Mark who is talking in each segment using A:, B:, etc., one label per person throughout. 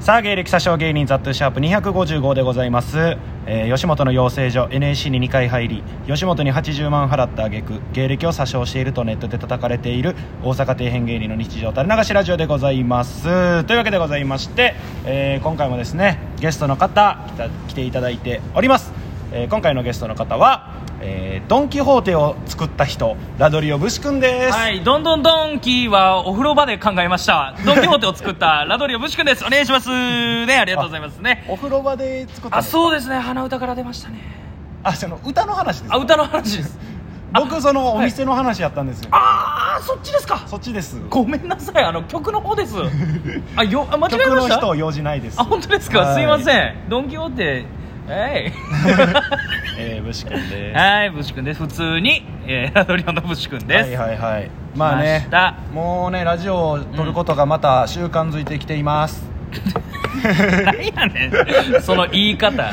A: さあ芸歴詐称芸人ザットゥシャープ255でございます、えー吉本の養成所 NAC に2回入り吉本に80万払った挙句芸歴を詐称しているとネットで叩かれている大阪底辺芸人の日常垂れ流しラジオでございますというわけでございまして、えー今回もですねゲストの方来た来ていただいております、えー今回のゲストの方は、えードン・キホーテを作った人ラドリオブシ君です、
B: はい、どんどんドンキーはお風呂場で考えました。ドンキホーテを作ったラドリオブシ君です。お願いします。ね、ありがとうございますね。
A: お風呂場で作った
B: あ、
A: う
B: そうですね。鼻歌から出ましたね。
A: あその歌の話です
B: あ、
A: か
B: 歌の話です。
A: 僕そのお店の話やったんですよ、
B: あー、そっちですか。
A: そっちです
B: ごめんなさい。あの曲の方です。あ、よ、あ間違え
A: 曲
B: ま
A: の
B: した。
A: 人を用事ないです
B: あ、本当ですか。
A: は
B: す
A: い
B: いません。ドンキホーテ。え
A: えー、ブシ君で
B: い。
A: す
B: はい、ブシ君です。普通に、えーラドリオのブシ君です。
A: はいはいはいまあ
B: 来ま
A: ね
B: した
A: もうねラジオを撮ることがまた習慣づいてきています、
B: なんやねんその言い方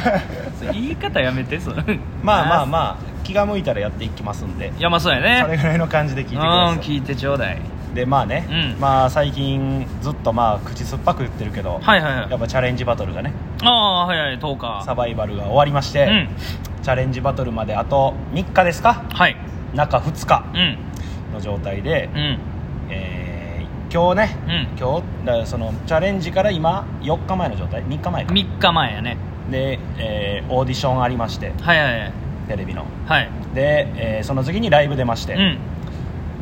B: それ言い方やめてその
A: まあまあまあ気が向いたらやっていきますんで
B: いやまあそうや
A: それ
B: ね
A: ぐらいの感じで聞いて
B: う
A: く
B: ん
A: ださい
B: 聞いてちょうだい
A: でまあね、
B: うん
A: まあ最近ずっとまあ口酸っぱく言ってるけど、
B: はいはいは
A: や
B: い
A: っぱチャレンジバトルがね
B: ああはいはい10日
A: サバイバルが終わりまし
B: う
A: て、
B: ん
A: チャレンジバトルまであと3日ですか
B: はい
A: 中2日
B: うん
A: の状態で、
B: うん
A: えー今日ね
B: うん
A: 今日だからそのチャレンジから今4日前の状態3日前か
B: 3日前やね
A: で、えーオーディションありまして
B: はいはいはい
A: テレビの
B: はい
A: で、えーその次にライブ出まして、
B: うん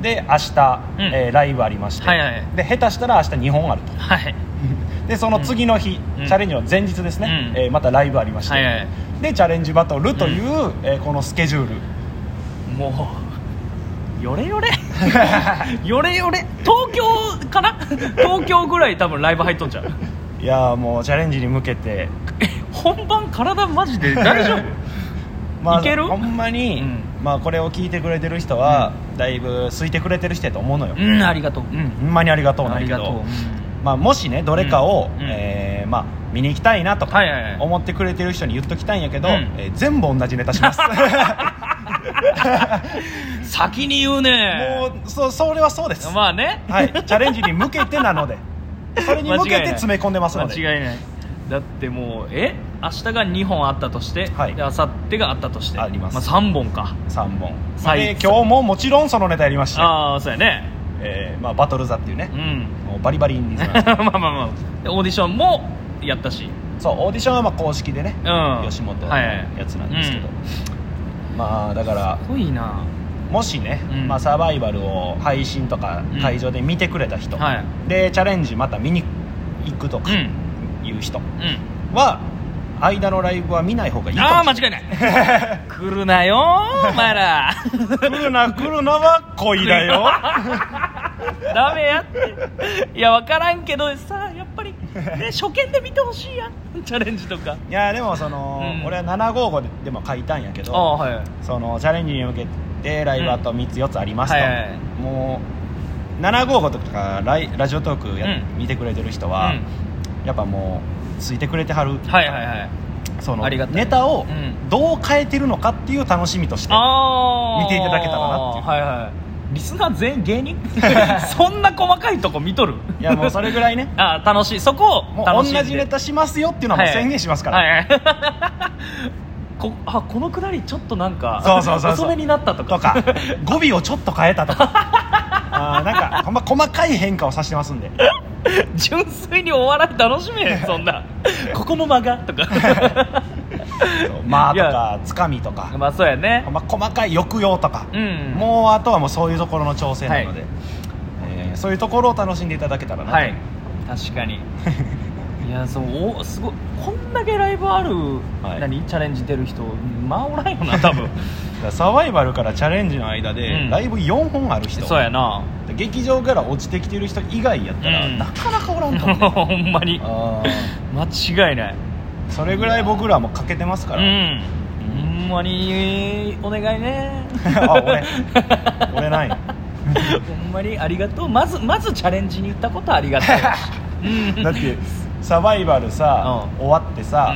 A: で明日、
B: うん
A: えーライブありまして、
B: はいはい
A: で下手したら明日2本あると
B: はい
A: でその次の日、
B: うん
A: チャレンジの前日ですね、
B: うん
A: えーまたライブありまして、
B: はいはい
A: でチャレンジバトルという、えーこのスケジュール
B: もうよれ よれよれよれ東京かな東京ぐらい多分ライブ入っとんじゃん
A: いやーもうチャレンジに向けて、
B: え本番体マジで大丈夫
A: まあ、
B: いける
A: ほんまに、
B: うん
A: まあ、これを聞いてくれてる人は、だいぶ空いてくれてる人やと思うのよ、
B: うんありがとううん
A: ほんまにありがとうなんや
B: あり
A: け
B: が
A: ど
B: とう、
A: まあ、もしねどれかを、
B: うん
A: えーまあ、見に行きたいなとか
B: はいはいはい
A: 思ってくれてる人に言っときたいんやけど、
B: うん
A: えー全部同じネタし ます
B: 先に言うね
A: もうそそれはそうです、
B: まあね
A: はい、チャレンジに向けてなの でそれに向けて詰め込んでますので
B: 間違いないだってもうえ明日が2本あったとして、
A: はい
B: で明後日があったとして
A: あります
B: あ、3本か
A: 3本、まあ
B: 最
A: で今日ももちろんそのネタやりました、
B: ああそうやね
A: えーまあ、バトル・ザっていうね
B: う、ん
A: もうバリバリに
B: まあまあまあでオーディションもやったし
A: そうオーディションはまあ公式でね、
B: うん
A: 吉本の
B: はい
A: やつなんですけど、
B: うん
A: まあだから
B: すごいな
A: もしね、
B: うん
A: まあ、サバイバルを配信とか
B: うん
A: 会場で見てくれた人、
B: はい
A: でチャレンジまた見に行くと
B: う
A: か
B: ん
A: いう人
B: う
A: は間のライブは見ない方がいい
B: んあ
A: か
B: あ
A: も
B: 間
A: し
B: 違いない 来るなよーお前ら
A: れない来るな来るなは恋だよ
B: ダメやっていや分からんけどさやっぱり、 ね、初見で見てほしいやんチャレンジとか
A: いやでもその、
B: うん
A: 俺は755ででも書いたんやけ
B: ああ
A: ど
B: はい
A: そのチャレンジに向けてライブあと3つ4つありますと、
B: はいはいはい
A: もう755とかライラジオトークや、
B: うん
A: 見てくれてる人は、やっぱもうついてくれてはる
B: はいはいはい
A: その
B: ありがたい
A: ネタを
B: うん
A: どう変えてるのかっていう楽しみとして、
B: あー
A: 見ていただけたらなっていう
B: はいはいリスナー全員芸人 そんな細かいとこ見とる
A: いやもうそれぐら いね
B: あー楽しいそこ
A: も
B: を
A: う
B: 楽
A: 同
B: しんで
A: じネタしますよっていうのはもう宣言しますから、
B: はいはい こあこのくだりちょっとなんか
A: そうそうそうそう
B: 遅めになったとか
A: とか語尾をちょっと変えたとかあーなんかほんま細かい変化をさせてますんで
B: 純粋にお笑い楽しめへんそんなここの間が とか
A: そうまあ
B: い
A: と
B: や
A: かつかみとか、
B: まあそうやね
A: ほんま細かい抑揚とか、
B: うん
A: もうあとはもうそういうところの調整なので、
B: は
A: えーそういうところを楽しんでいただけたらなと、
B: はい確 かにいやそうおすごいこんだけライブある、
A: はい
B: 何チャレンジ出る人まあおらんよな多分
A: だからサバイバルからチャレンジの間で、
B: うん
A: ライブ4本ある 人
B: そうやな
A: 劇場から落ちてきてる人以外やったら、
B: うん
A: なかなかおらんと 思うね
B: ほんまに
A: あ
B: 間違いない
A: ーそれぐらい僕らもかけてますから、
B: うんほんまにお願いね
A: あ俺俺ないだ
B: ほんまにありがとうまずまずチャレンジに行ったことありがとううん
A: ってサバイバルさ、
B: う
A: 終わってさ、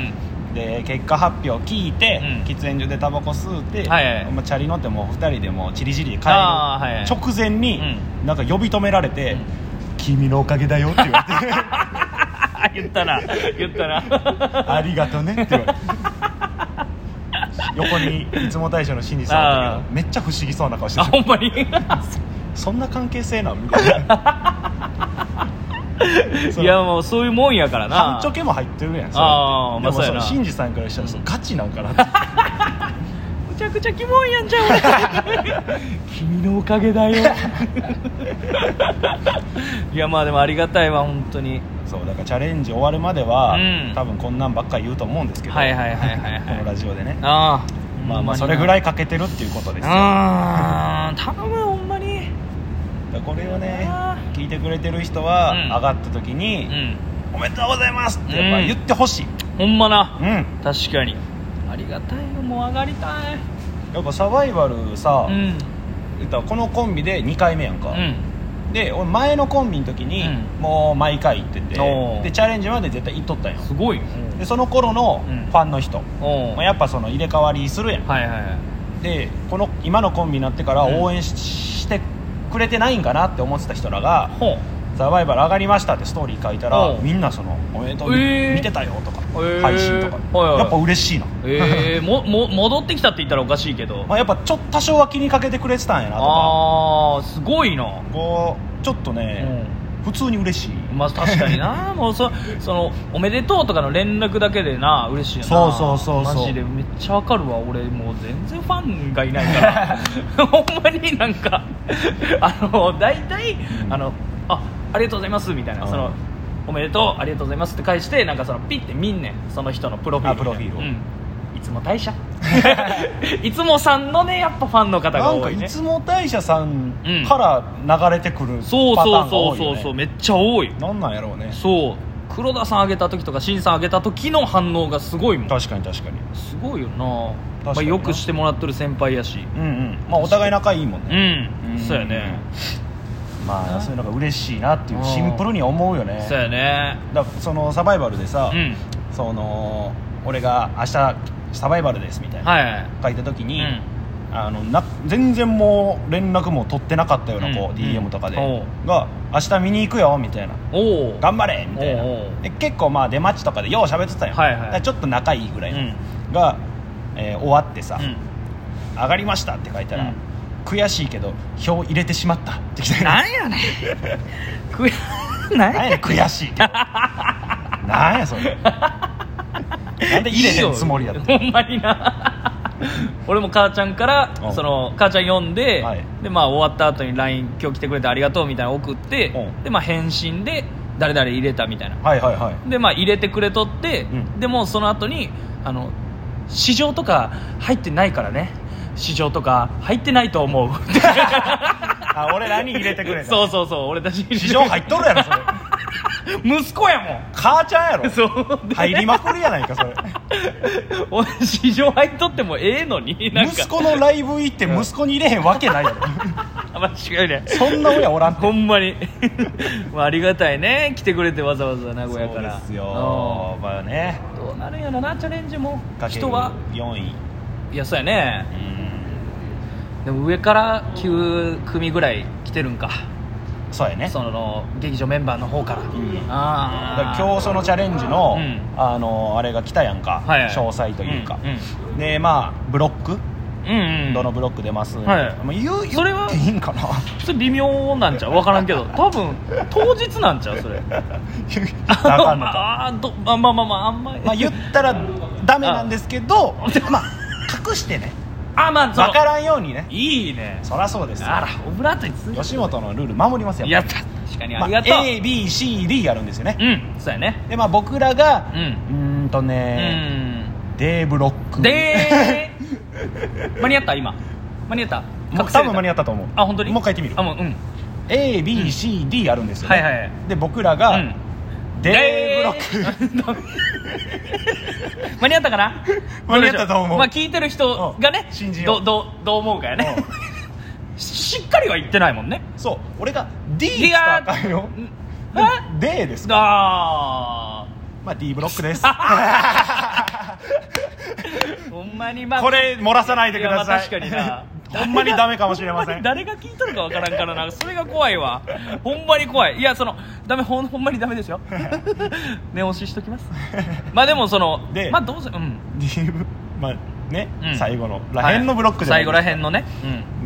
A: で結果発表聞いて、
B: うん
A: 喫煙所でタバコ吸うて、
B: はいはい
A: まあチャリ乗ってもう2人でもうチリチリで帰る
B: あーはいはい
A: 直前に、なんか呼び止められて「君のおかげだよ」って言われて
B: あ 言ったな言った な
A: ありがとねって言われて横にいつも大将の新司さんだけどめっちゃ不思議そうな顔して
B: あ
A: て
B: ほんまに
A: そんな関係性なんみたいなそ
B: い
A: の
B: やもうそういうもんやからな
A: 半チョケも入ってるやんそれ
B: あーま
A: でも
B: あそう
A: そ
B: やな
A: の新司さんからしたらそのガチなんか なって
B: むちゃくちゃキモいやんじゃん俺 君のおかげだよいやまあでもありがたいわ本当に
A: そうだからチャレンジ終わるまでは、
B: うん
A: 多分こんなんばっかり言うと思うんですけど、
B: はいはいはいはいはい
A: このラジオでね
B: ああ
A: まあまあそれぐら
B: い
A: いかけてるっていうことで
B: う
A: すよだか
B: ん頼むほんまに
A: らこれをね
B: あ
A: 聞いてくれてる人は、
B: うん
A: 上がった時
B: う
A: に、
B: ん
A: おめでとうございます」ってやっぱ言ってほしい、
B: ほんまな
A: うん
B: 確かにありがたいよもう上がりたい
A: やっぱサバイバルさ、
B: うん
A: 言ったらこのコンビで2回目やんか、
B: うん
A: で俺前のコンビの時に、
B: う
A: もう毎回行ってて
B: おー
A: でチャレンジまで絶対行っとったんよ
B: すごいよ
A: でその頃の
B: うん
A: ファンの人、
B: おう
A: まあやっぱその入れ替わりするやん
B: はいはいはい
A: でこの今のコンビになってから
B: うん
A: 応援し,、てくれてないんかなって思ってた人らが
B: ほ
A: 「サバイバル上がりました」ってストーリー書いたら
B: おう
A: みんなその「おめでとう、
B: えー
A: 見てたよ」とか、
B: えー
A: 配信とか、
B: はいはい
A: やっぱ嬉しいな、
B: うえー、もも戻ってきたって言ったらおかしいけど
A: まあ、やっぱちょっと多少は気にかけてくれてたんやなとか
B: ああすごいな
A: こうちょっと
B: う
A: ね、
B: ん
A: 普通に嬉しい
B: まあ確か になもうそそのおめでとうとかの連絡だけでな嬉しいよな
A: そうそうそうそう
B: マジでめっちゃわかるわ俺もう全然ファンがいないから ほんまになんかあの大体あのあありがとうございますみたいな、
A: うん
B: そのおめでとうありがとうございますって返してなんかそのピッて見んねんその人のプロフィー
A: あ
B: ル
A: プロフィールを
B: うんいつも 大社いつもさんのねやっぱファンの方
A: な
B: が
A: ん
B: 多
A: か
B: いね
A: いつも大社さんから流れてくるパタ
B: そう
A: ー
B: そう
A: ンが多
B: そう
A: いよ、
B: そう
A: ね、
B: そうめっちゃ多い
A: なんなんやろうね
B: そう黒田さん上げた時とか新さん上げた時の反応がすごいもん
A: 確かに確かに
B: すごいよな
A: 確
B: ま
A: かにな
B: あ、よくしてもらってる先輩やし
A: うんうんまあお互い仲いいもん
B: う
A: ね、
B: ん、
A: うん
B: そうやね
A: まあそういうのが嬉しいなっていうシンプルに思うよね
B: そうやね
A: だからそのサバイバルでさ、
B: うん
A: その俺が明日サバイバルですみたいな、
B: はいはい
A: 書いた時に、
B: うん
A: あのな全然もう連絡も取ってなかったような子、
B: うん
A: DM とかで、
B: おう
A: が明日見に行くよみたいな
B: おお
A: 頑張れみたいな
B: おうおう
A: で結構まあ出待ちとかでよう喋ってたよ、
B: はいはい
A: だからちょっと仲いいぐらいの、
B: うん
A: が、えー終わってさ、
B: うん
A: 上がりましたって書いたら、
B: うん
A: 悔しいけど票入れてしまったって来たよ
B: なんやね んくやなん
A: 何や
B: や
A: ねん悔しい ってなんやそれなんで入れてるつもり やった
B: ほんまにな俺も母ちゃんから
A: うん
B: その母ちゃん呼んで,、
A: はい
B: でまあ、終わった後に LINE 今日来てくれてありがとうみたいなの送って
A: うん
B: で、まあ、返信で誰々入れたみたいな
A: はいはいはい
B: でまあ入れてくれとって、
A: うん
B: でもうその後にあの市場とか入ってないからね市場とか入ってないと思う
A: あ俺らに入れてくれた
B: そうそうそう俺たち
A: 市場入っとるやろそれ
B: 息子やも
A: 母ちゃんやろ
B: んそうで
A: 入 りまくりやないかそれ
B: お市場入っとってもええのになんか
A: 息子のライブ行って息子に入れへんわけないやろ
B: あ間違いない
A: そんな親おらんって
B: ほんまに、 まあ、ありがたいね来てくれてわざわざ名古屋から
A: そうですよまあね
B: うんどうなるんやろなチャレンジも
A: かける
B: 人は
A: 4位
B: いやそうやね
A: うん
B: でも上から9組ぐらい来てるんか
A: そうやね
B: その劇場メンバーの方から、
A: んだから
B: ああ
A: 今日そのチャレンジの、
B: うん
A: あのあれが来たやんか、
B: はいはい
A: 詳細というか、
B: う
A: でまあブロック、
B: んうんうん
A: どのブロック出ます、
B: はい
A: まあ、言う
B: それ
A: 言
B: は
A: っていいんかな
B: それ微妙なんちゃう分からんけど多分当日なんちゃうそれ
A: 言ったらあかんの か
B: あーどまあまあまあまああんまり
A: まあ言ったらダメなんですけどまあ隠してね
B: あまあ その
A: 分からんようにね
B: いいね
A: そりゃそうですよ
B: あらオブラートに包んで
A: 吉本のルール守りますよ
B: やった確かに
A: ま
B: あ
A: あ
B: りがとう、
A: ABCD あるんですよね
B: うんそうやね
A: でまあ僕らがう
B: う
A: んーんとねデーブロッ
B: う
A: ク
B: んで間に合った今間に合った
A: もう多
B: 隠された
A: 分間に合ったと思う
B: あ本当に
A: もう一回言ってみる
B: あもううん
A: ABCD あるんですよね
B: はいはいはい
A: で僕ら
B: う
A: が
B: ん
A: デーブロック
B: 間に合ったかな
A: 間に合ったと思う
B: まあ聞いてる人がね
A: うん信じよ
B: ど
A: う
B: どどう思うかやねしっかりは言ってないもんね
A: そう俺が D したらあかんよ
B: うん
A: で
B: あ
A: D です
B: あ
A: まあ D ブロックです
B: ーほんまにま あ
A: これ漏らさないでください。
B: いやまあ確かにな
A: ほんまにダメかもしれません
B: ほんまに誰が聞いとるかわからんからなそれが怖いわほんまに怖いいやそのダメほんほんまにダメで すよ念押ししときますまあでもその
A: で
B: まあどうせうん
A: まあね、
B: うん
A: 最後のらへんのブロックじゃな
B: 最
A: い
B: 後
A: です
B: ら
A: か
B: へんのね、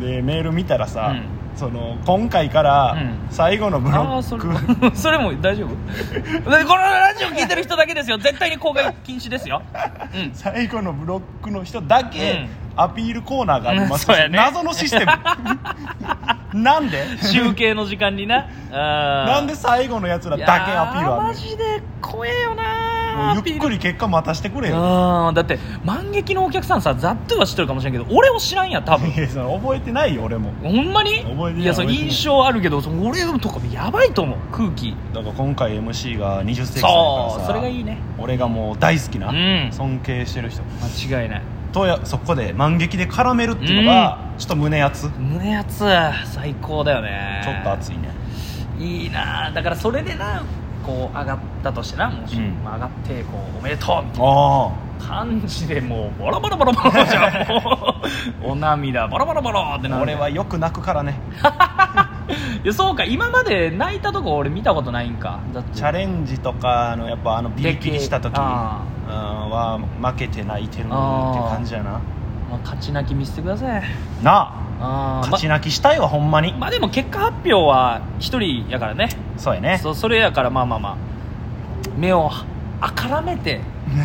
B: うん
A: でメール見たらさ、
B: う
A: その今回から
B: うん
A: 最後のブロ
B: ああそ
A: ッ
B: れ
A: ク、
B: も それも大丈夫でこのラジオ聞いてる人だけですよ絶対に公開禁止ですよ、うん、
A: 最後のブロックの人だけアピールコーナーがあります、
B: うんそうやね
A: 謎のシステム なんで
B: 集計の時間にな
A: な
B: なん
A: で最後のやつらだけアピールあ
B: マジで怖えよな
A: るのゆっくり結果待たしてくれよ
B: うんだって万劇のお客さんさざっとは知ってるかもしれんけど俺を知らんやん多 分
A: いやその覚えてないよ俺も
B: ほんまに
A: 覚えてない
B: やその
A: 覚えてない
B: 印象あるけどその俺とかもやばいと思う空気
A: だから今回 MC が20世紀さんだか
B: そ
A: ら
B: う
A: さ
B: それがいいね
A: 俺がもう大好きな、
B: うん
A: 尊敬してる人
B: 間違いない
A: とやそこで満劇で絡めるっていうのがちょっと胸熱、ち
B: 胸熱最高だよね
A: ょっと熱いね
B: いいなあだからそれでなこう上がったとしてなもし、
A: うん
B: まあ上がってこうおめでとうみたい
A: ああ
B: な感じでもうボロボロボロボロじゃん もうお涙ボロボロボロってなる
A: 俺はよく泣くからね
B: いやそうか今まで泣いたとこ俺見たことないんかだって
A: チャレンジとかのやっぱあのビリビリした時
B: でけえあ
A: うんは負けて泣いてるって
B: あー
A: 感じやな
B: まあ、勝ち泣き見せてください
A: なあ
B: あー
A: 勝ち泣きしたいわほんまに
B: ままあでも結果発表は一人やからね
A: そうやね
B: そそれやからまあまあまあ目をあから めて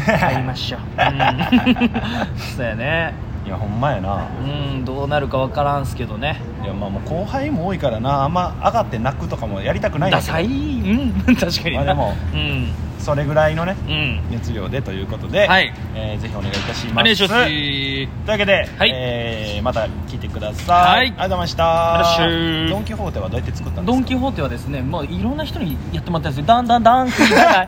B: 会いましょう、うん、そうやね
A: いやほんまやな
B: うんどうなるか分からんすけどね
A: いやまあもう後輩も多いからなあんま上がって泣くとかもやりたくないんだ
B: ダ
A: けど
B: サいうん確かに
A: まあで
B: な
A: も
B: うん
A: それぐらいのね
B: うん
A: 熱量でということで、
B: はい
A: えーぜひお願いいたします
B: お願いします
A: というわけで、
B: はい
A: えーまた聞いてください、
B: はい
A: ありがとうございました
B: ありがとうございました
A: ドン・キホーテはどうやって作ったんですか
B: ドン・キホーテはですね、まあ、いろんな人にやってもらったんですよだんだんだんって言いながら